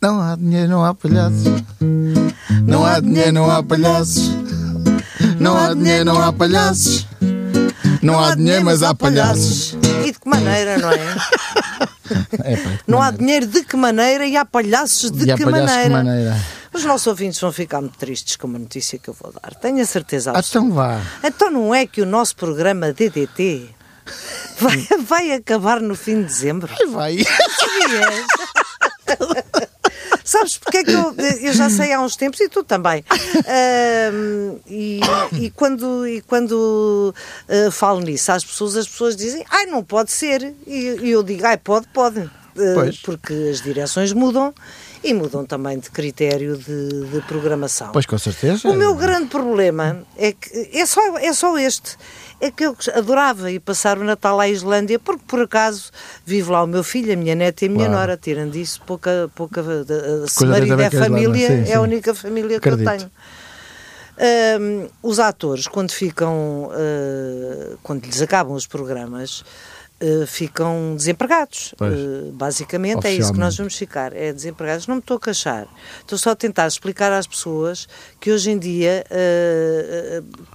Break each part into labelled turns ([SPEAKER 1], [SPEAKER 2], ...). [SPEAKER 1] Não há dinheiro, não há palhaços. Não há dinheiro, não há palhaços. Não há dinheiro, não há palhaços. Não há dinheiro, mas há palhaços.
[SPEAKER 2] E de que maneira, não é?
[SPEAKER 1] É, pá, que
[SPEAKER 2] Não há
[SPEAKER 1] maneira.
[SPEAKER 2] dinheiro de que maneira e há palhaços de
[SPEAKER 1] E há
[SPEAKER 2] que,
[SPEAKER 1] palhaços de que
[SPEAKER 2] maneira.
[SPEAKER 1] maneira.
[SPEAKER 2] Os nossos ouvintes vão ficar muito tristes com uma notícia que eu vou dar. Tenho a certeza
[SPEAKER 1] Ah,
[SPEAKER 2] absoluta.
[SPEAKER 1] então vá.
[SPEAKER 2] Então não é que o nosso programa DDT vai, vai acabar no fim de dezembro?
[SPEAKER 1] Aí vai.
[SPEAKER 2] Sabias? Sabes porque é que eu, eu já sei há uns tempos e tu também. Ahm, e, e quando, e quando ah, falo nisso às pessoas, as pessoas dizem, ai, não pode ser. E, e eu digo, ai, pode, pode. Ah,
[SPEAKER 1] Pois.
[SPEAKER 2] Porque as direções mudam e mudam também de critério de, de programação.
[SPEAKER 1] Pois com certeza.
[SPEAKER 2] O meu grande problema é que é só, é só este. É que eu adorava ir passar o Natal à Islândia, porque por acaso vive lá o meu filho, a minha neta e a minha
[SPEAKER 1] Claro.
[SPEAKER 2] nora. Tirando disso, pouca, pouca a- a- se marido
[SPEAKER 1] tem a ver
[SPEAKER 2] é
[SPEAKER 1] com a
[SPEAKER 2] família,
[SPEAKER 1] Islândia, sim,
[SPEAKER 2] é
[SPEAKER 1] sim.
[SPEAKER 2] a única família que eu
[SPEAKER 1] Acredito.
[SPEAKER 2] tenho. Hum, os atores, quando ficam, uh, quando lhes acabam os programas, uh, ficam desempregados.
[SPEAKER 1] Pois.
[SPEAKER 2] Uh, basicamente é isso que
[SPEAKER 1] Oficialmente.
[SPEAKER 2] nós vamos ficar, é desempregados. Não me estou a queixar, estou só a tentar explicar às pessoas que hoje em dia. uh, uh,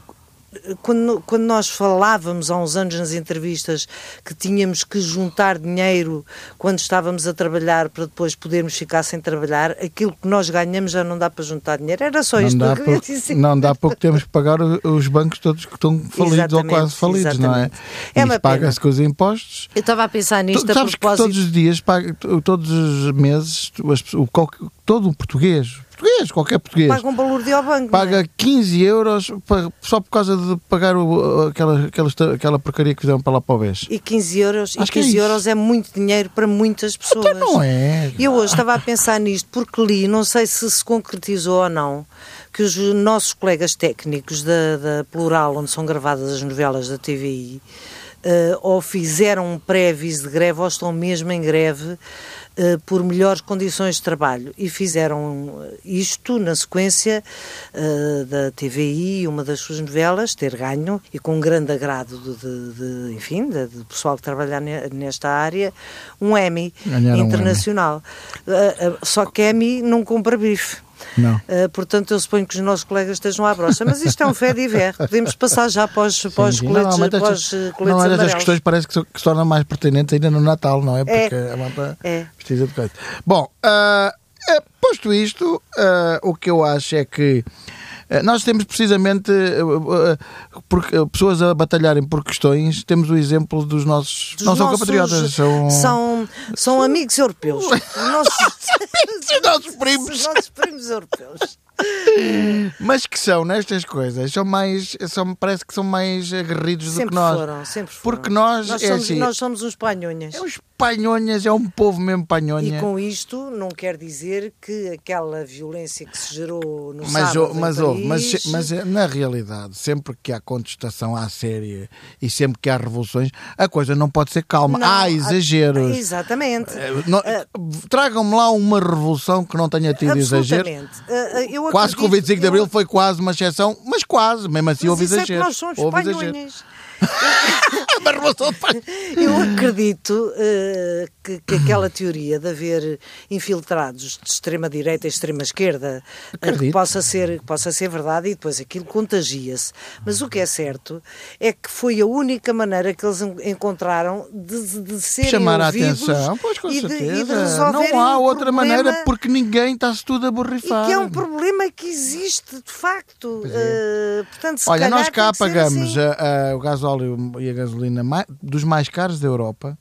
[SPEAKER 2] quando, quando nós falávamos há uns anos nas entrevistas que tínhamos que juntar dinheiro quando estávamos a trabalhar para depois podermos ficar sem trabalhar, aquilo que nós ganhamos já não dá para juntar dinheiro. Era só
[SPEAKER 1] Não
[SPEAKER 2] isto
[SPEAKER 1] dá,
[SPEAKER 2] que eu queria
[SPEAKER 1] porque,
[SPEAKER 2] dizer.
[SPEAKER 1] não dá porque temos que pagar o- os bancos todos que estão falidos ou
[SPEAKER 2] Exatamente,
[SPEAKER 1] quase falidos, não é?
[SPEAKER 2] exatamente. É uma
[SPEAKER 1] Isto paga-se com os impostos.
[SPEAKER 2] Eu estava a pensar nisto
[SPEAKER 1] Tu
[SPEAKER 2] a
[SPEAKER 1] sabes que
[SPEAKER 2] propósito.
[SPEAKER 1] todos os dias, paga- tu- todos os meses, tu- as pessoas- o, qual- todo o português, português, qualquer português,
[SPEAKER 2] Paga um valor de ao banco. não é?
[SPEAKER 1] paga 15 euros pa- só por causa de pagar o- aquela, aquela, esta- aquela porcaria que fizeram para lá para o BES.
[SPEAKER 2] E 15 euros, e
[SPEAKER 1] Acho que é
[SPEAKER 2] 15
[SPEAKER 1] isso.
[SPEAKER 2] euros é muito dinheiro para muitas pessoas.
[SPEAKER 1] Então não é.
[SPEAKER 2] E Eu hoje estava a pensar nisto porque li, não sei se se concretizou ou não, que os nossos colegas técnicos da, da Plural, onde são gravadas as novelas da TVI, eh, ou fizeram um pré-aviso de greve ou estão mesmo em greve eh, por melhores condições de trabalho. E fizeram eh, isto na sequência eh, da TVI, uma das suas novelas, ter ganho, e com um grande agrado de, de- de, enfim, de- do pessoal que trabalha ne- nesta área, um Emmy
[SPEAKER 1] Ganharam um
[SPEAKER 2] internacional internacional. Uh, uh, só que a mim não compra bife.
[SPEAKER 1] Não.
[SPEAKER 2] Uh, portanto, eu suponho que os nossos colegas estejam à brocha, mas isto é um fé de iver. Podemos passar já para os, para os
[SPEAKER 1] Sim, sim.
[SPEAKER 2] coletes,
[SPEAKER 1] Normalmente
[SPEAKER 2] para
[SPEAKER 1] estas-
[SPEAKER 2] os, uh, coletes
[SPEAKER 1] normalmente estas
[SPEAKER 2] amarelos.
[SPEAKER 1] questões parece que, so- que se tornam mais pertinentes ainda no Natal, não é? Porque
[SPEAKER 2] É.
[SPEAKER 1] a malta
[SPEAKER 2] É.
[SPEAKER 1] precisa de coisa. Bom, ah, eh, posto isto, ah, o que eu acho é que eh, nós temos precisamente eh, eh, por- eh, pessoas a batalharem por questões. Temos o exemplo dos nossos.
[SPEAKER 2] Dos
[SPEAKER 1] não são
[SPEAKER 2] nossos-
[SPEAKER 1] compatriotas, são.
[SPEAKER 2] são, são amigos europeus. Os nossos,
[SPEAKER 1] Os nossos
[SPEAKER 2] os
[SPEAKER 1] primos.
[SPEAKER 2] nossos primos europeus.
[SPEAKER 1] Mas que são nestas coisas. São mais. São, parece que são mais aguerridos do que
[SPEAKER 2] Sempre
[SPEAKER 1] nós.
[SPEAKER 2] foram, sempre foram.
[SPEAKER 1] Porque nós, é
[SPEAKER 2] somos,
[SPEAKER 1] assim-
[SPEAKER 2] nós somos uns panhonhas.
[SPEAKER 1] É uns panhonhas, é um povo mesmo panhonha.
[SPEAKER 2] E com isto não quer dizer que aquela violência que se gerou no
[SPEAKER 1] Mas,
[SPEAKER 2] sábado
[SPEAKER 1] oh,
[SPEAKER 2] em
[SPEAKER 1] mas, oh, mas,
[SPEAKER 2] Paris-
[SPEAKER 1] mas eh, na realidade, sempre que há contestação à séria e sempre que há revoluções, a coisa não pode ser calma.
[SPEAKER 2] Não, ah,
[SPEAKER 1] há exageros.
[SPEAKER 2] Exatamente.
[SPEAKER 1] Eh, não- Tragam-me lá uma revolução que não tenha tido exagero.
[SPEAKER 2] Absolutamente. Ah, ah, eu
[SPEAKER 1] Quase que o
[SPEAKER 2] acredito-
[SPEAKER 1] 25 de
[SPEAKER 2] eu-
[SPEAKER 1] Abril foi quase uma exceção, mas quase, mesmo assim
[SPEAKER 2] Mas
[SPEAKER 1] houve
[SPEAKER 2] isso é
[SPEAKER 1] exagero.
[SPEAKER 2] porque nós somos
[SPEAKER 1] houve
[SPEAKER 2] espanhóis.
[SPEAKER 1] É uma revolução de pan-
[SPEAKER 2] Eu acredito eh, que, que aquela teoria de haver infiltrados de extrema-direita e extrema-esquerda eh, que
[SPEAKER 1] Acredito.
[SPEAKER 2] possa, ser, que possa ser verdade e depois aquilo contagia-se. Mas o que é certo é que foi a única maneira que eles en- encontraram de, de serem
[SPEAKER 1] Chamar a
[SPEAKER 2] ouvidos
[SPEAKER 1] atenção, pois com
[SPEAKER 2] e de, e de
[SPEAKER 1] certeza.
[SPEAKER 2] resolverem
[SPEAKER 1] Não há
[SPEAKER 2] um
[SPEAKER 1] outra
[SPEAKER 2] problema
[SPEAKER 1] maneira porque ninguém está-se tudo a borrifar.
[SPEAKER 2] E que é um problema que existe, de facto. Eh, portanto, se
[SPEAKER 1] é. Olha,
[SPEAKER 2] calhar
[SPEAKER 1] nós cá eh,
[SPEAKER 2] tem que ser
[SPEAKER 1] pagamos
[SPEAKER 2] assim.
[SPEAKER 1] a- a- o gasóleo e a gasolina mai- dos mais caros da Europa,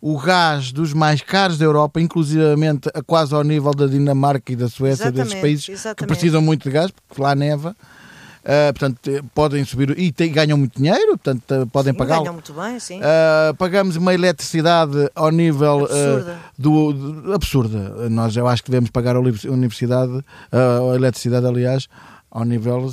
[SPEAKER 1] o gás dos mais caros da Europa, inclusivamente a quase ao nível da Dinamarca e da Suécia, desses
[SPEAKER 2] Exatamente,
[SPEAKER 1] países que
[SPEAKER 2] exatamente.
[SPEAKER 1] precisam muito de gás, porque lá neva. Ah, portanto, eh, podem subir e te- ganham muito dinheiro, portanto, eh, podem
[SPEAKER 2] Sim,
[SPEAKER 1] pagá-lo.
[SPEAKER 2] Ganham muito bem, sim.
[SPEAKER 1] Ah, pagamos uma eletricidade ao nível ah,
[SPEAKER 2] Absurda.
[SPEAKER 1] do, do- absurda. Nós eu acho que devemos pagar a uni- universidade, ah, a eletricidade, aliás, ao nível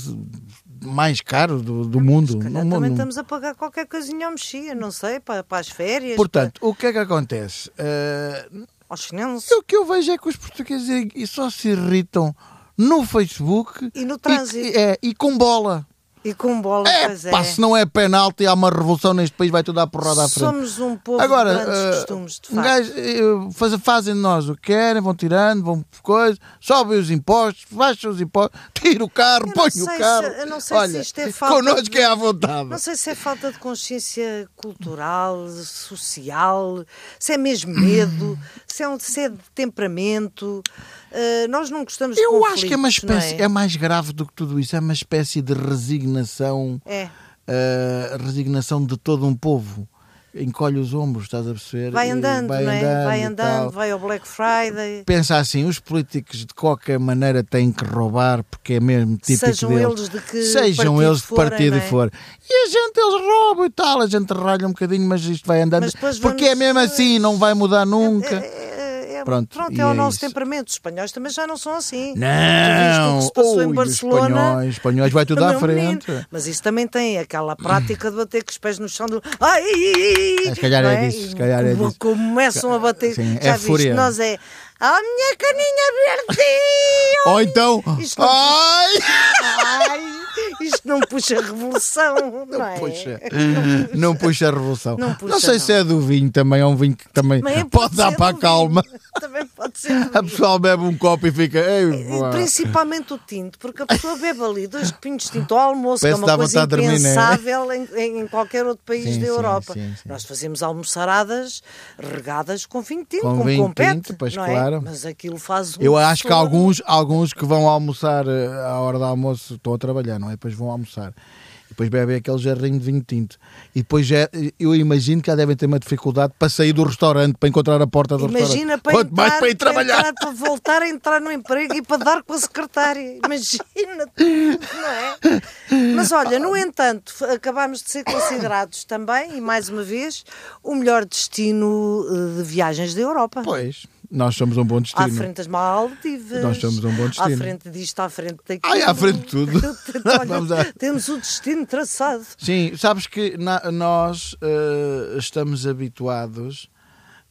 [SPEAKER 1] mais caro do, do mundo.
[SPEAKER 2] Se
[SPEAKER 1] No
[SPEAKER 2] calhar também
[SPEAKER 1] mundo.
[SPEAKER 2] estamos a pagar qualquer coisinha ao mexia, não sei, para, para as férias,
[SPEAKER 1] Portanto, o que é que acontece? Ah,
[SPEAKER 2] para, aos chineses.
[SPEAKER 1] o que eu vejo é que os portugueses e- e só se irritam no Facebook
[SPEAKER 2] E no trânsito.
[SPEAKER 1] e, é, e com bola.
[SPEAKER 2] E com bola,
[SPEAKER 1] É,
[SPEAKER 2] pois
[SPEAKER 1] pá,
[SPEAKER 2] é.
[SPEAKER 1] se não é penalti, há uma revolução neste país, vai tudo à porrada à frente.
[SPEAKER 2] Somos um povo
[SPEAKER 1] Agora,
[SPEAKER 2] de grandes
[SPEAKER 1] eh,
[SPEAKER 2] costumes, de
[SPEAKER 1] um
[SPEAKER 2] facto.
[SPEAKER 1] gajo, eh, faz- fazem de nós o que querem, vão tirando, vão por coisas, sobem os impostos, baixam os impostos, tira o carro,
[SPEAKER 2] não
[SPEAKER 1] põe
[SPEAKER 2] sei
[SPEAKER 1] o
[SPEAKER 2] se-
[SPEAKER 1] carro.
[SPEAKER 2] eu não sei se
[SPEAKER 1] Olha,
[SPEAKER 2] isto é falta
[SPEAKER 1] Connosco
[SPEAKER 2] de-
[SPEAKER 1] é à vontade.
[SPEAKER 2] Não sei se é falta de consciência cultural, social, se é mesmo medo, se é, um, se é de temperamento. Eh, nós não gostamos de
[SPEAKER 1] Eu acho que é uma
[SPEAKER 2] conflitos, não
[SPEAKER 1] espécie, é? mais grave do que tudo isso, é uma espécie de resignação,
[SPEAKER 2] É.
[SPEAKER 1] eh, resignação de todo um povo. Encolhe os ombros, estás a perceber?
[SPEAKER 2] Vai
[SPEAKER 1] E
[SPEAKER 2] andando, não é? vai
[SPEAKER 1] e
[SPEAKER 2] andando,
[SPEAKER 1] tal.
[SPEAKER 2] vai ao Black Friday,
[SPEAKER 1] Pensa assim, os políticos de qualquer maneira têm que roubar porque é mesmo típico
[SPEAKER 2] sejam
[SPEAKER 1] deles.
[SPEAKER 2] eles de que
[SPEAKER 1] Sejam
[SPEAKER 2] partido
[SPEAKER 1] eles de
[SPEAKER 2] forem,
[SPEAKER 1] partido
[SPEAKER 2] não é?
[SPEAKER 1] for. E a gente, eles roubam e tal, a gente ralha um bocadinho, mas isto vai andando.
[SPEAKER 2] Mas depois
[SPEAKER 1] Porque é
[SPEAKER 2] vamos-
[SPEAKER 1] mesmo assim, não vai mudar nunca.
[SPEAKER 2] É, é, é-
[SPEAKER 1] Pronto,
[SPEAKER 2] pronto,
[SPEAKER 1] e
[SPEAKER 2] é o
[SPEAKER 1] é
[SPEAKER 2] nosso
[SPEAKER 1] isso.
[SPEAKER 2] temperamento. Os espanhóis também já não são assim.
[SPEAKER 1] Não!
[SPEAKER 2] Tu viste o que se passou
[SPEAKER 1] Ui,
[SPEAKER 2] em
[SPEAKER 1] os
[SPEAKER 2] Barcelona?
[SPEAKER 1] espanhóis, os espanhóis vai tudo à
[SPEAKER 2] Meu
[SPEAKER 1] frente.
[SPEAKER 2] é um menino. Mas isso também tem aquela prática de bater com os pés no chão do. Ai!
[SPEAKER 1] Se calhar
[SPEAKER 2] não
[SPEAKER 1] é disso, se calhar é
[SPEAKER 2] E como-
[SPEAKER 1] disso.
[SPEAKER 2] Começam a bater.
[SPEAKER 1] Sim, é
[SPEAKER 2] já viste,
[SPEAKER 1] fúria.
[SPEAKER 2] nós é. A minha caninha verdinha!
[SPEAKER 1] Ou então.
[SPEAKER 2] Isto não-
[SPEAKER 1] Ai!
[SPEAKER 2] Ai, isto não puxa revolução, não, é?
[SPEAKER 1] Puxa, não puxa a revolução.
[SPEAKER 2] Não puxa,
[SPEAKER 1] não sei se
[SPEAKER 2] não.
[SPEAKER 1] é do vinho também, é um vinho que também
[SPEAKER 2] Também
[SPEAKER 1] pode, dar
[SPEAKER 2] ser
[SPEAKER 1] para a
[SPEAKER 2] do
[SPEAKER 1] calma.
[SPEAKER 2] vinho. Também pode ser. do
[SPEAKER 1] A
[SPEAKER 2] vinho.
[SPEAKER 1] pessoa bebe um copo e fica. Ei,
[SPEAKER 2] E
[SPEAKER 1] pá.
[SPEAKER 2] Principalmente o tinto, porque a pessoa bebe ali dois copinhos de tinto ao almoço,
[SPEAKER 1] Parece
[SPEAKER 2] que é
[SPEAKER 1] que dá
[SPEAKER 2] uma coisa
[SPEAKER 1] vontade de dormir, né?
[SPEAKER 2] impensável em, em qualquer outro país
[SPEAKER 1] Sim,
[SPEAKER 2] da
[SPEAKER 1] sim,
[SPEAKER 2] Europa.
[SPEAKER 1] sim, sim.
[SPEAKER 2] Nós fazemos almoçaradas regadas com vinho tinto,
[SPEAKER 1] Com
[SPEAKER 2] como
[SPEAKER 1] vinho
[SPEAKER 2] compete,
[SPEAKER 1] tinto, pois
[SPEAKER 2] não é?
[SPEAKER 1] claro.
[SPEAKER 2] Mas aquilo faz um
[SPEAKER 1] Eu acho que
[SPEAKER 2] flor.
[SPEAKER 1] alguns, alguns que vão almoçar eh, à hora do almoço estão a trabalhar, não é? Depois vão almoçar. E depois bebem aquele jarrinho de vinho tinto. E depois já, eu imagino que já devem ter uma dificuldade para sair do restaurante, para encontrar a porta do
[SPEAKER 2] Imagina
[SPEAKER 1] restaurante.
[SPEAKER 2] para
[SPEAKER 1] Quanto
[SPEAKER 2] entrar,
[SPEAKER 1] mais para ir trabalhar.
[SPEAKER 2] entrar, para voltar a entrar no emprego e para dar com a secretária. Imagina tudo, não é? Mas olha, no entanto, f- acabámos de ser considerados também, e mais uma vez, o melhor destino eh, de viagens da Europa.
[SPEAKER 1] Pois, nós somos um bom
[SPEAKER 2] À
[SPEAKER 1] destino.
[SPEAKER 2] frente das Maldivas.
[SPEAKER 1] Nós somos um bom destino.
[SPEAKER 2] À frente disto, à frente daquilo.
[SPEAKER 1] Ai, à frente de tudo.
[SPEAKER 2] Olha,
[SPEAKER 1] Vamos à-
[SPEAKER 2] Temos o destino traçado.
[SPEAKER 1] Sim, sabes que na- nós eh, estamos habituados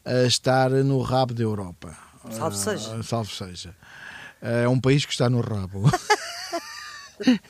[SPEAKER 1] a estar no rabo da Europa.
[SPEAKER 2] Salve seja.
[SPEAKER 1] Ah, salve seja. É um país que está no rabo.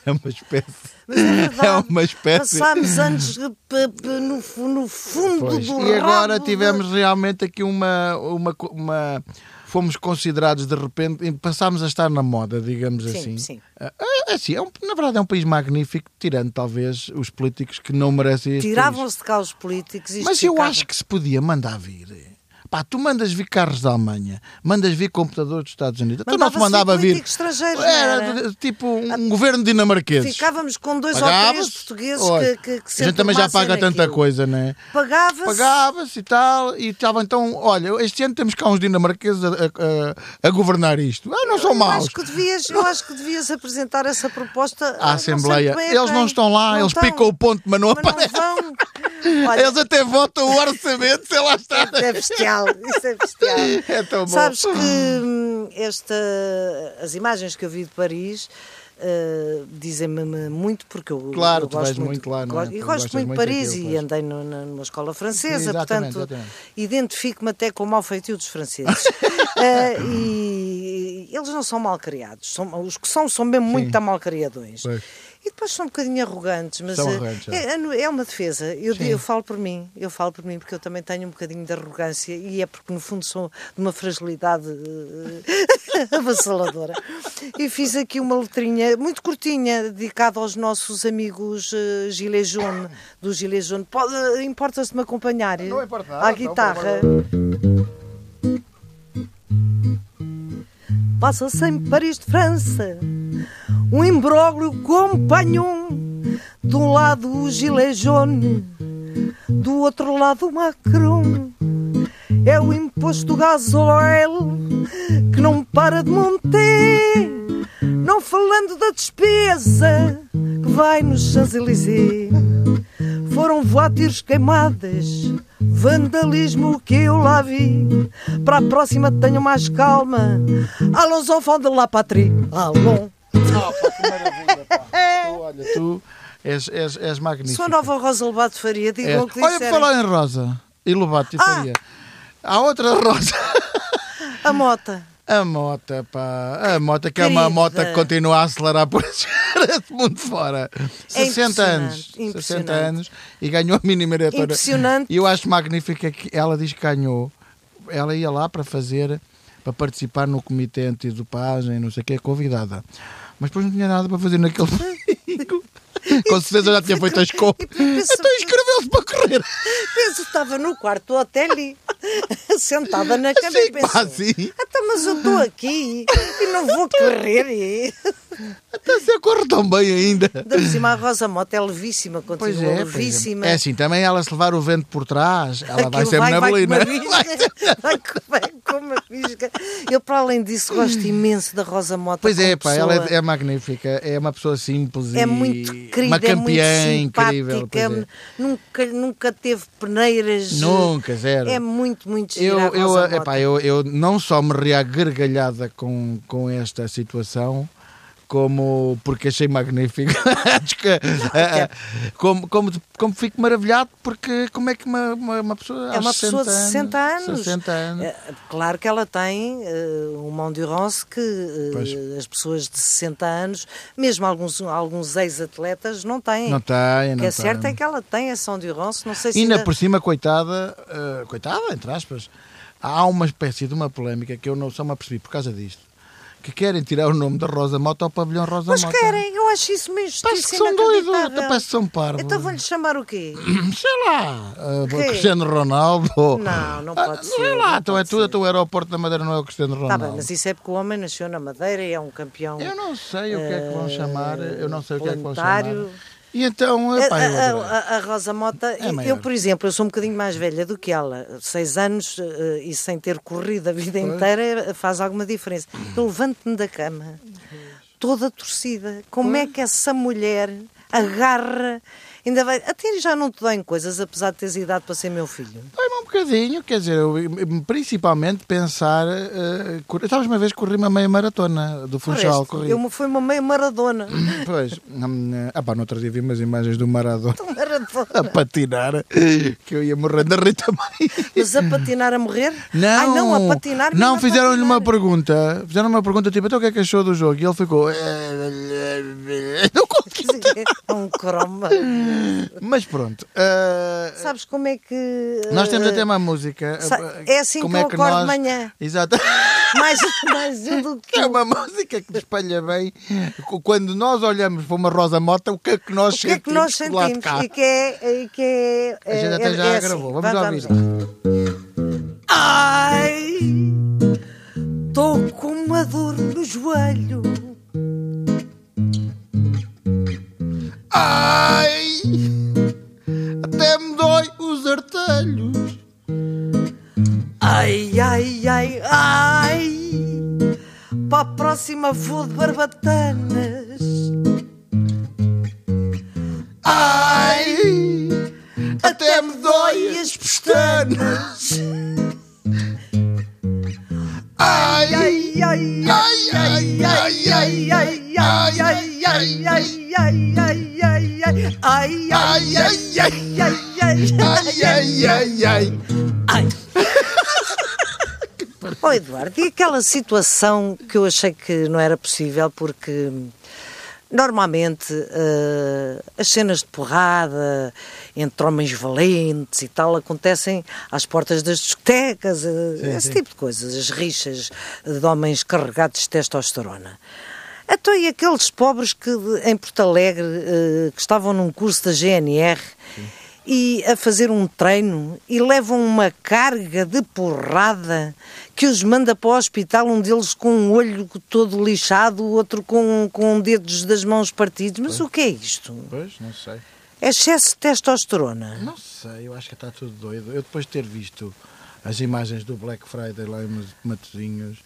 [SPEAKER 1] é uma espécie.
[SPEAKER 2] Mas é verdade.
[SPEAKER 1] É uma espécie.
[SPEAKER 2] Passámos anos de pe- pe- no, fu- no fundo
[SPEAKER 1] Pois.
[SPEAKER 2] do
[SPEAKER 1] E agora
[SPEAKER 2] rabo
[SPEAKER 1] tivemos
[SPEAKER 2] da-
[SPEAKER 1] realmente aqui uma, uma, co- uma- Fomos considerados de repente, e passámos a estar na moda, digamos
[SPEAKER 2] Sim,
[SPEAKER 1] assim.
[SPEAKER 2] sim.
[SPEAKER 1] Ah, é assim, é um- na verdade é um país magnífico, tirando talvez os políticos que não merecem este país.
[SPEAKER 2] Tiravam-se de cá os políticos. isto
[SPEAKER 1] Mas eu
[SPEAKER 2] ficava-
[SPEAKER 1] acho que se podia mandar vir. Pá, tu mandas vir carros da Alemanha, mandas vir computadores dos Estados Unidos. Tu não te
[SPEAKER 2] Mandava-se
[SPEAKER 1] mandava
[SPEAKER 2] vir
[SPEAKER 1] vir.
[SPEAKER 2] políticos estrangeiros,
[SPEAKER 1] Era,
[SPEAKER 2] não era? Ah,
[SPEAKER 1] tipo um governo dinamarquês.
[SPEAKER 2] Ficávamos com dois ou três
[SPEAKER 1] Pagava-se.
[SPEAKER 2] portugueses
[SPEAKER 1] Olha,
[SPEAKER 2] que, que, que se
[SPEAKER 1] A gente também já
[SPEAKER 2] enturmassem
[SPEAKER 1] paga tanta
[SPEAKER 2] naquilo.
[SPEAKER 1] coisa, não é?
[SPEAKER 2] Pagava-se.
[SPEAKER 1] Pagava-se e tal, e estava então, olha, este ano temos cá uns dinamarqueses a, a- a- a governar isto. Ah, não são
[SPEAKER 2] Eu
[SPEAKER 1] maus.
[SPEAKER 2] acho, que devias, eu acho que devias apresentar essa proposta ah,
[SPEAKER 1] A
[SPEAKER 2] não sei
[SPEAKER 1] Assembleia.
[SPEAKER 2] muito bem a
[SPEAKER 1] Eles
[SPEAKER 2] quem.
[SPEAKER 1] não estão lá,
[SPEAKER 2] Não
[SPEAKER 1] eles
[SPEAKER 2] estão,
[SPEAKER 1] picam o ponto, mas não
[SPEAKER 2] mas não
[SPEAKER 1] aparecem.
[SPEAKER 2] vão. Olha,
[SPEAKER 1] Eles até votam o orçamento, sei lá está.
[SPEAKER 2] Isso é bestial, isso é bestial.
[SPEAKER 1] É tão bom.
[SPEAKER 2] Sabes que hum, esta, as imagens que eu vi de Paris eh, dizem-me muito, porque eu,
[SPEAKER 1] Claro,
[SPEAKER 2] eu
[SPEAKER 1] tu
[SPEAKER 2] gosto
[SPEAKER 1] vais muito lá, não é?
[SPEAKER 2] gosto-
[SPEAKER 1] Tu
[SPEAKER 2] Eu
[SPEAKER 1] gostas
[SPEAKER 2] gosto muito de
[SPEAKER 1] muito
[SPEAKER 2] Paris
[SPEAKER 1] daquilo,
[SPEAKER 2] e
[SPEAKER 1] pois.
[SPEAKER 2] andei no- na- numa escola
[SPEAKER 1] Sim,
[SPEAKER 2] francesa,
[SPEAKER 1] exatamente,
[SPEAKER 2] portanto,
[SPEAKER 1] exatamente.
[SPEAKER 2] identifico-me até com o mau feitio dos franceses. Eh, e eles não são mal criados, são, os que são, são mesmo muito mal criadões.
[SPEAKER 1] Pois.
[SPEAKER 2] E depois são um bocadinho arrogantes, mas
[SPEAKER 1] São
[SPEAKER 2] eh,
[SPEAKER 1] arrogantes, é.
[SPEAKER 2] é, é no- é uma defesa. Eu,
[SPEAKER 1] Sim.
[SPEAKER 2] eu falo por mim, eu falo por mim porque eu também tenho um bocadinho de arrogância e é porque no fundo sou de uma fragilidade eh, avassaladora. E fiz aqui uma letrinha muito curtinha dedicada aos nossos amigos uh, Gilet Jaune, do Gilet Jaune. Pode- eh, Importa-se de me acompanhar eh,
[SPEAKER 1] Não importa nada,
[SPEAKER 2] à
[SPEAKER 1] não,
[SPEAKER 2] guitarra. Passa-se em Paris de França um imbróglio companhão. De um lado o gilet jaune, do outro lado o Macron. É o imposto do gasóleo que não para de montar. Não falando da despesa que vai nos Champs-Élysées. Foram voatires queimadas, vandalismo que eu lá vi. Para a próxima tenho mais calma. Allons enfants de la patrie. Allons.
[SPEAKER 1] Olha, tu és, és, és magnífico.
[SPEAKER 2] Sou a nova Rosa Lobato Faria, digo
[SPEAKER 1] És.
[SPEAKER 2] logo que
[SPEAKER 1] É. Olha, por
[SPEAKER 2] disserem. Ah!
[SPEAKER 1] falar em Rosa e Lobato e Faria. Há outra Rosa.
[SPEAKER 2] A mota.
[SPEAKER 1] A é mota, pá. A mota que é uma
[SPEAKER 2] Querida.
[SPEAKER 1] mota que continua a acelerar por por esse mundo fora. 60 anos.
[SPEAKER 2] É impressionante,
[SPEAKER 1] 60
[SPEAKER 2] impressionante.
[SPEAKER 1] anos e ganhou a mini maratona.
[SPEAKER 2] Impressionante.
[SPEAKER 1] E eu acho magnífico é que ela diz que ganhou. Ela ia lá para fazer, para participar no comitê antidopagem, não sei o que, convidada. Mas depois não tinha nada para fazer naquele domingo. Com certeza já tinha feito as compras. Então escreveu-se para correr.
[SPEAKER 2] Penso, estava no quarto do hotel e sentada na cama e
[SPEAKER 1] Assim, pá,
[SPEAKER 2] pensou,
[SPEAKER 1] assim.
[SPEAKER 2] "Ah, então, mas eu estou aqui e não vou correr. E...
[SPEAKER 1] Até se eu corro tão bem ainda.
[SPEAKER 2] Da por cima, a Rosa Mota é levíssima,
[SPEAKER 1] Pois
[SPEAKER 2] continua
[SPEAKER 1] é, pois é.
[SPEAKER 2] levíssima.
[SPEAKER 1] É assim, também ela se levar o vento por trás, ela vai
[SPEAKER 2] Aquilo
[SPEAKER 1] ser né? na neblina.
[SPEAKER 2] Vai com uma fisga, vai, com- vai com uma fisga. Eu, para além disso, gosto imenso da Rosa Mota.
[SPEAKER 1] Pois é,
[SPEAKER 2] como
[SPEAKER 1] pá, ela
[SPEAKER 2] pessoa.
[SPEAKER 1] é, é magnífica, é uma pessoa simples
[SPEAKER 2] É
[SPEAKER 1] e
[SPEAKER 2] muito querida,
[SPEAKER 1] uma campeã
[SPEAKER 2] é muito
[SPEAKER 1] incrível.
[SPEAKER 2] simpática,
[SPEAKER 1] pois é.
[SPEAKER 2] nunca, nunca teve peneiras.
[SPEAKER 1] Nunca, zero.
[SPEAKER 2] É muito, muito gira
[SPEAKER 1] Eu,
[SPEAKER 2] a
[SPEAKER 1] eu, eh,
[SPEAKER 2] Rosa Mota.
[SPEAKER 1] epá, eu, eu não só me ri à gargalhada com, com esta situação, como porque achei magnífico. Acho que, ah, ah, como, como, como fico maravilhado, porque como é que uma, uma, uma pessoa.
[SPEAKER 2] É uma
[SPEAKER 1] aos
[SPEAKER 2] pessoa de 60 anos.
[SPEAKER 1] 60 anos.
[SPEAKER 2] É, Claro que ela tem um um endurance que eh,
[SPEAKER 1] Pois.
[SPEAKER 2] as pessoas de 60 anos, mesmo alguns, alguns ex-atletas, não têm.
[SPEAKER 1] Não tem,
[SPEAKER 2] o
[SPEAKER 1] não
[SPEAKER 2] que
[SPEAKER 1] tem.
[SPEAKER 2] é certo é que ela tem essa endurance, não sei se.
[SPEAKER 1] E ainda
[SPEAKER 2] ainda-
[SPEAKER 1] por cima, coitada, eh, coitada, entre aspas, há uma espécie de uma polémica que eu não só me apercebi por causa disto, que querem tirar o nome da Rosa Mota ao pavilhão Rosa
[SPEAKER 2] Mas
[SPEAKER 1] Mota.
[SPEAKER 2] querem, eu acho isso mesmo
[SPEAKER 1] Parece que são doidos, parece que são parvos.
[SPEAKER 2] Então vão-lhe chamar o quê?
[SPEAKER 1] Sei lá, eh,
[SPEAKER 2] Quê?
[SPEAKER 1] Cristiano Ronaldo. ou-
[SPEAKER 2] Não, não
[SPEAKER 1] Ah,
[SPEAKER 2] pode
[SPEAKER 1] Sei
[SPEAKER 2] ser,
[SPEAKER 1] lá,
[SPEAKER 2] não
[SPEAKER 1] então
[SPEAKER 2] pode
[SPEAKER 1] é tudo,
[SPEAKER 2] ser.
[SPEAKER 1] então o aeroporto da Madeira não é o Cristiano
[SPEAKER 2] Tá
[SPEAKER 1] Ronaldo.
[SPEAKER 2] bem, mas isso é porque o homem nasceu na Madeira e é um campeão.
[SPEAKER 1] Eu não sei o que é que vão
[SPEAKER 2] Eh,
[SPEAKER 1] chamar, eu não sei o que é que vão chamar.
[SPEAKER 2] planetário.
[SPEAKER 1] E então,
[SPEAKER 2] A,
[SPEAKER 1] epá, eu
[SPEAKER 2] a-
[SPEAKER 1] adorei.
[SPEAKER 2] a- a Rosa Mota, eu- eu,
[SPEAKER 1] maior.
[SPEAKER 2] por exemplo, eu sou um bocadinho mais velha do que ela, seis anos eh, e sem ter corrido a vida
[SPEAKER 1] Pois.
[SPEAKER 2] inteira eh, faz alguma diferença. Eu levanto-me da cama, toda torcida, como é que essa mulher agarra, ainda vai. Até já não te dói em coisas, apesar de teres idade para ser meu filho.
[SPEAKER 1] Dói-me um bocadinho, quer dizer, eu, principalmente pensar. eh, cor- eu estava uma vez corri uma meia maratona do Funchal,
[SPEAKER 2] Correste.
[SPEAKER 1] corri.
[SPEAKER 2] eu me fui uma meia maradona.
[SPEAKER 1] Pois, hum, ah pá, no outro dia vi umas imagens do Maradona a
[SPEAKER 2] maradona.
[SPEAKER 1] patinar, que eu ia morrendo a rir também.
[SPEAKER 2] Mas a patinar a morrer?
[SPEAKER 1] Não,
[SPEAKER 2] Ai, não a patinar.
[SPEAKER 1] não
[SPEAKER 2] mesmo a
[SPEAKER 1] fizeram-lhe
[SPEAKER 2] patinar.
[SPEAKER 1] uma pergunta. Fizeram uma pergunta tipo, então o que é que achou do jogo? E ele ficou. "É, "Eh, Não consegui.
[SPEAKER 2] É um croma.
[SPEAKER 1] Mas pronto. eh,
[SPEAKER 2] Sabes como é que.
[SPEAKER 1] nós temos
[SPEAKER 2] eh,
[SPEAKER 1] até uma música.
[SPEAKER 2] sa-
[SPEAKER 1] eh,
[SPEAKER 2] é assim que eu acordo de manhã.
[SPEAKER 1] Exato.
[SPEAKER 2] Mais, mais um do que.
[SPEAKER 1] É uma música que espalha bem. Qu- Quando nós olhamos para uma Rosa Mota, o que é que nós
[SPEAKER 2] O que é que nós
[SPEAKER 1] do lado de
[SPEAKER 2] sentimos?
[SPEAKER 1] cá?
[SPEAKER 2] E que é. E que é
[SPEAKER 1] A gente até
[SPEAKER 2] é-
[SPEAKER 1] já
[SPEAKER 2] é assim.
[SPEAKER 1] gravou.
[SPEAKER 2] Vá,
[SPEAKER 1] Vamos, ouvir.
[SPEAKER 2] Ai, estou com uma dor no joelho.
[SPEAKER 1] Ai! Até me dói os artelhos.
[SPEAKER 2] Ai, ai, ai, ai. Para a próxima vou de barbatanas.
[SPEAKER 1] Ai! Até me dói as pestanas. Ai! Ai!
[SPEAKER 2] Ai, ai,
[SPEAKER 1] Ai! Ai! Ai! Ai!
[SPEAKER 2] ai, ai, ai, ai, ai, ai, ai, ai, ai, ai, ai, ai.
[SPEAKER 1] Ai! Ai! Ai! Ai!
[SPEAKER 2] Ai, ai,
[SPEAKER 1] Ai! Ai! Ai!
[SPEAKER 2] ai. Oh, Eduardo, e aquela situação que eu achei que não era possível porque normalmente eh, as cenas de porrada entre homens valentes e tal acontecem às portas das discotecas, eh, esse tipo de coisas, as rixas de homens carregados de testosterona. Então, e aqueles pobres que de- em Porto Alegre eh, que estavam num curso da GNR e a fazer um treino e levam uma carga de porrada que os manda para o hospital, um deles com um olho todo lixado, o outro com, com dedos das mãos partidos. Mas o que é isto?
[SPEAKER 1] Pois, não sei.
[SPEAKER 2] É excesso de testosterona.
[SPEAKER 1] Não sei, eu acho que está tudo doido. Eu depois de ter visto as imagens do Black Friday lá em Matozinhos,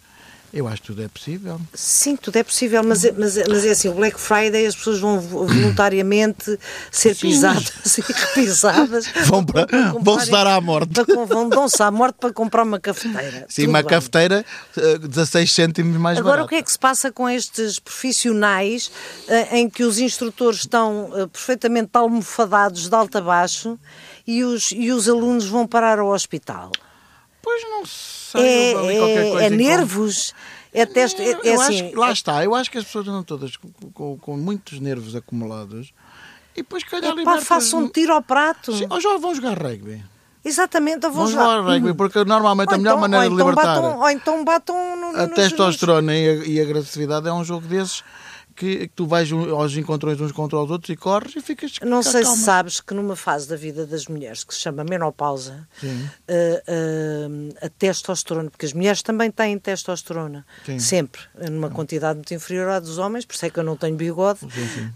[SPEAKER 1] eu acho que tudo é possível.
[SPEAKER 2] Sim, tudo é possível, mas, é- mas, é- mas é assim, o Black Friday as pessoas vão vo- voluntariamente ser pisadas e repisadas.
[SPEAKER 1] Vão para-
[SPEAKER 2] comprarem-
[SPEAKER 1] vão-se dar à morte.
[SPEAKER 2] Para com- vão- Vão-se à morte para comprar uma cafeteira.
[SPEAKER 1] Sim,
[SPEAKER 2] Tudo
[SPEAKER 1] uma
[SPEAKER 2] bem.
[SPEAKER 1] cafeteira eh, 16 cêntimos mais
[SPEAKER 2] Agora, o
[SPEAKER 1] barata.
[SPEAKER 2] que é que se passa com estes profissionais eh, em que os instrutores estão eh, perfeitamente almofadados de alto a baixo e os, e os alunos vão parar ao hospital?
[SPEAKER 1] Pois não sei, houve
[SPEAKER 2] É,
[SPEAKER 1] Tá, ali qualquer
[SPEAKER 2] é-
[SPEAKER 1] coisa
[SPEAKER 2] é
[SPEAKER 1] em comum.
[SPEAKER 2] nervos? é teste. É, é
[SPEAKER 1] eu acho
[SPEAKER 2] assim,
[SPEAKER 1] que- lá está, eu acho que as pessoas andam todas com, com- com muitos nervos acumulados e depois calhar
[SPEAKER 2] é, pá,
[SPEAKER 1] libertam-
[SPEAKER 2] faça um tiro ao prato.
[SPEAKER 1] Sim, Ou já vão jogar rugby.
[SPEAKER 2] Exatamente, eu vou
[SPEAKER 1] Vão
[SPEAKER 2] jogar.
[SPEAKER 1] jogar rugby, porque normalmente é
[SPEAKER 2] Hum. Ou
[SPEAKER 1] a melhor
[SPEAKER 2] então-
[SPEAKER 1] maneira
[SPEAKER 2] ou
[SPEAKER 1] de
[SPEAKER 2] então
[SPEAKER 1] libertar
[SPEAKER 2] Batam, ou então batam no,
[SPEAKER 1] a
[SPEAKER 2] nos-
[SPEAKER 1] testosterona e a, e a agressividade é um jogo desses que, que tu vais um- aos encontrões uns contra os outros e corres e ficas
[SPEAKER 2] Não sei
[SPEAKER 1] calma.
[SPEAKER 2] se sabes que numa fase da vida das mulheres que se chama menopausa,
[SPEAKER 1] Sim.
[SPEAKER 2] eh, eh, a testosterona, porque as mulheres também têm testosterona,
[SPEAKER 1] Sim.
[SPEAKER 2] sempre, numa quantidade muito inferior à dos homens, por isso é que eu não tenho bigode,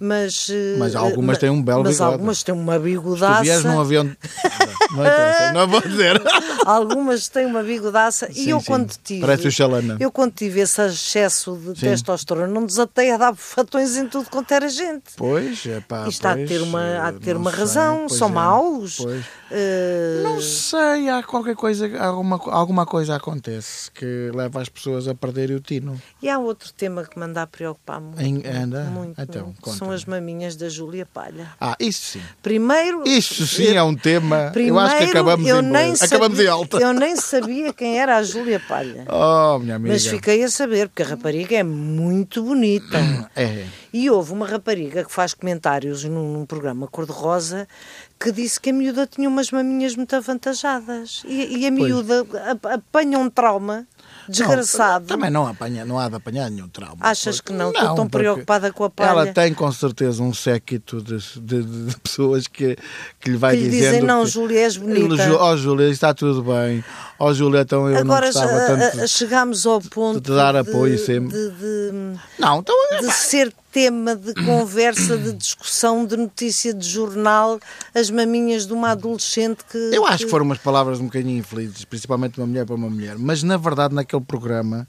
[SPEAKER 2] mas... eh,
[SPEAKER 1] Mas algumas
[SPEAKER 2] eh,
[SPEAKER 1] têm um belo
[SPEAKER 2] Mas
[SPEAKER 1] bigode.
[SPEAKER 2] algumas têm uma
[SPEAKER 1] Tu
[SPEAKER 2] bigodaça,
[SPEAKER 1] vies num avião. Não interessa, não vou dizer.
[SPEAKER 2] algumas têm uma bigodaça, e
[SPEAKER 1] Sim,
[SPEAKER 2] eu
[SPEAKER 1] sim.
[SPEAKER 2] quando tive...
[SPEAKER 1] Parece o Xalana.
[SPEAKER 2] Eu quando tive esse excesso de testosterona, não desatei a dar fatões em tudo quanto era gente.
[SPEAKER 1] Pois, é pá.
[SPEAKER 2] Isto há de
[SPEAKER 1] pois, eh,
[SPEAKER 2] ter uma, há de ter
[SPEAKER 1] não
[SPEAKER 2] uma
[SPEAKER 1] sei,
[SPEAKER 2] razão,
[SPEAKER 1] pois
[SPEAKER 2] são
[SPEAKER 1] é,
[SPEAKER 2] maus.
[SPEAKER 1] Pois.
[SPEAKER 2] Eh,
[SPEAKER 1] Não sei, há qualquer coisa, há alguma, alguma coisa acontece que leva as pessoas a perderem o tino.
[SPEAKER 2] E há outro tema que me anda a preocupar muito.
[SPEAKER 1] Em- anda?
[SPEAKER 2] muito,
[SPEAKER 1] Então,
[SPEAKER 2] muito, que
[SPEAKER 1] conta-me.
[SPEAKER 2] São as maminhas da Júlia Palha.
[SPEAKER 1] Ah, isso sim.
[SPEAKER 2] Primeiro.
[SPEAKER 1] Isso sim é um tema. eu acho que
[SPEAKER 2] primeiro,
[SPEAKER 1] acabamos
[SPEAKER 2] eu
[SPEAKER 1] em
[SPEAKER 2] nem
[SPEAKER 1] beleza.
[SPEAKER 2] sabia-
[SPEAKER 1] Acabamos em alta.
[SPEAKER 2] Eu nem sabia quem era a Júlia Palha.
[SPEAKER 1] Oh, minha amiga.
[SPEAKER 2] Mas fiquei a saber, porque a rapariga é muito bonita.
[SPEAKER 1] É.
[SPEAKER 2] E houve uma rapariga que faz comentários num, num programa cor-de-rosa que disse que a miúda tinha umas maminhas muito avantajadas. E, e a miúda a- apanha um trauma desgraçado.
[SPEAKER 1] Não, também não, apanha, não há de apanhar nenhum trauma.
[SPEAKER 2] Achas que não?
[SPEAKER 1] Porque-
[SPEAKER 2] Estou tão
[SPEAKER 1] porque
[SPEAKER 2] preocupada com a palha.
[SPEAKER 1] Ela tem com certeza um séquito de, de- de pessoas que, que lhe vai
[SPEAKER 2] Que lhe
[SPEAKER 1] dizendo.
[SPEAKER 2] dizem, "Não,
[SPEAKER 1] que-
[SPEAKER 2] Júlia, és bonita."
[SPEAKER 1] Ju- Oh, Júlia, está tudo bem. Oh, Júlia, então eu
[SPEAKER 2] Agora eh,
[SPEAKER 1] não gostava
[SPEAKER 2] a-
[SPEAKER 1] tanto.
[SPEAKER 2] a- chegámos ao ponto
[SPEAKER 1] de dar apoio sempre.
[SPEAKER 2] de- de-
[SPEAKER 1] Não, então.
[SPEAKER 2] eh, de ser tema de conversa, de discussão, de notícia de jornal, as maminhas de uma adolescente que.
[SPEAKER 1] Eu acho que foram umas palavras um bocadinho infelizes, principalmente de uma mulher para uma mulher, mas na verdade naquele programa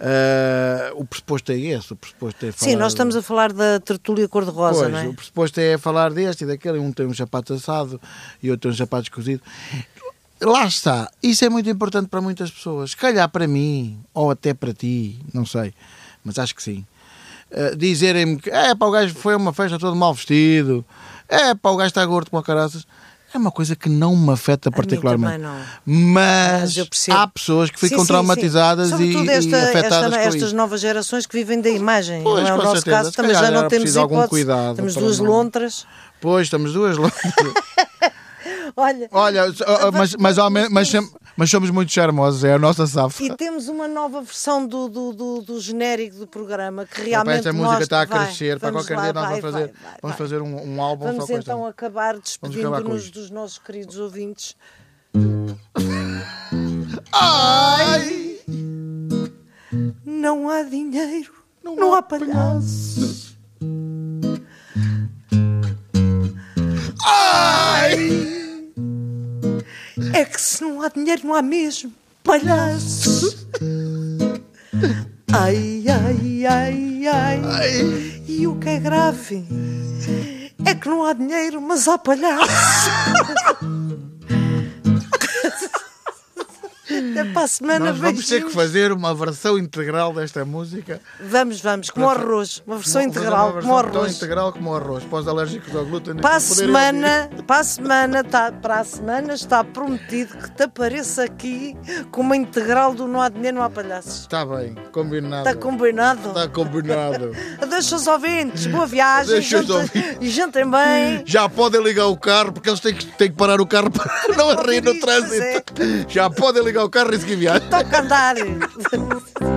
[SPEAKER 1] ah, o pressuposto é esse, o pressuposto é falar...
[SPEAKER 2] Sim, nós estamos a falar da tertúlia cor-de-rosa,
[SPEAKER 1] Pois,
[SPEAKER 2] não é?
[SPEAKER 1] o pressuposto é falar deste e daquele, um tem um sapato assado e outro tem um sapato escozido. Lá está, isso é muito importante para muitas pessoas, se calhar para mim, ou até para ti, não sei, mas acho que sim. Ah, Dizerem-me que é para o gajo foi a uma festa todo mal vestido, é para o gajo está gordo com a caraças, é uma coisa que não me afeta
[SPEAKER 2] também
[SPEAKER 1] particularmente.
[SPEAKER 2] não.
[SPEAKER 1] Mas,
[SPEAKER 2] Mas eu percebo.
[SPEAKER 1] há pessoas que ficam
[SPEAKER 2] Sim, sim,
[SPEAKER 1] traumatizadas
[SPEAKER 2] sim.
[SPEAKER 1] e-
[SPEAKER 2] Sobretudo
[SPEAKER 1] E,
[SPEAKER 2] esta-
[SPEAKER 1] afetadas
[SPEAKER 2] esta-
[SPEAKER 1] com
[SPEAKER 2] estas
[SPEAKER 1] isso.
[SPEAKER 2] novas gerações que vivem da imagem.
[SPEAKER 1] Pois,
[SPEAKER 2] não é o
[SPEAKER 1] com
[SPEAKER 2] nosso
[SPEAKER 1] certeza.
[SPEAKER 2] caso,
[SPEAKER 1] Se
[SPEAKER 2] também
[SPEAKER 1] calhar
[SPEAKER 2] já não
[SPEAKER 1] era
[SPEAKER 2] temos
[SPEAKER 1] preciso algum
[SPEAKER 2] hipótese.
[SPEAKER 1] cuidado
[SPEAKER 2] temos
[SPEAKER 1] para
[SPEAKER 2] duas
[SPEAKER 1] não-
[SPEAKER 2] lontras.
[SPEAKER 1] Pois, estamos duas longe.
[SPEAKER 2] Olha,
[SPEAKER 1] Olha, so- oh, mas, mas, ao menos- mas, sem- mas somos muito charmosos, é a nossa safa.
[SPEAKER 2] E temos uma nova versão do, do, do, do genérico do programa que
[SPEAKER 1] Epá,
[SPEAKER 2] realmente.
[SPEAKER 1] esta música
[SPEAKER 2] nós-
[SPEAKER 1] está a
[SPEAKER 2] vai,
[SPEAKER 1] crescer, para
[SPEAKER 2] vamos
[SPEAKER 1] qualquer
[SPEAKER 2] lá,
[SPEAKER 1] dia nós
[SPEAKER 2] vai,
[SPEAKER 1] vamos fazer,
[SPEAKER 2] vai, vai,
[SPEAKER 1] vamos
[SPEAKER 2] vai.
[SPEAKER 1] fazer um, um álbum só
[SPEAKER 2] Vamos
[SPEAKER 1] com esta.
[SPEAKER 2] então acabar
[SPEAKER 1] acabar com
[SPEAKER 2] despedindo-nos
[SPEAKER 1] isto.
[SPEAKER 2] dos nossos queridos ouvintes.
[SPEAKER 1] Ai!
[SPEAKER 2] Não há dinheiro, não, há palhaço.
[SPEAKER 1] palhaços. Ai!
[SPEAKER 2] É que se não há dinheiro, não há mesmo palhaço. Ai, ai, ai, ai.
[SPEAKER 1] Ai!
[SPEAKER 2] E o que é grave é que não há dinheiro, mas há palhaço. Até para a semana,
[SPEAKER 1] Nós vamos ter
[SPEAKER 2] beijinhos.
[SPEAKER 1] que fazer uma versão integral desta música.
[SPEAKER 2] Vamos, vamos, como arroz, uma versão
[SPEAKER 1] Vamos fazer uma
[SPEAKER 2] integral, como
[SPEAKER 1] versão tão
[SPEAKER 2] arroz.
[SPEAKER 1] integral como o arroz, para os alérgicos ao glúten.
[SPEAKER 2] Para a
[SPEAKER 1] poderem
[SPEAKER 2] semana, para a semana, tá, para a semana está prometido que te apareça aqui com uma integral do Não há dinheiro, não há palhaços.
[SPEAKER 1] Está bem, combinado.
[SPEAKER 2] Está combinado?
[SPEAKER 1] Está combinado.
[SPEAKER 2] Adeus aos ouvintes, boa viagem,
[SPEAKER 1] Adeus aos
[SPEAKER 2] jantem,
[SPEAKER 1] ouvintes.
[SPEAKER 2] e jantem bem.
[SPEAKER 1] Já podem ligar o carro, porque eles têm que, têm que parar o carro para não
[SPEAKER 2] Ouvir
[SPEAKER 1] rir no
[SPEAKER 2] isto, pois
[SPEAKER 1] trânsito. Já podem ligar o carro e seguir viagem.
[SPEAKER 2] Toca andar.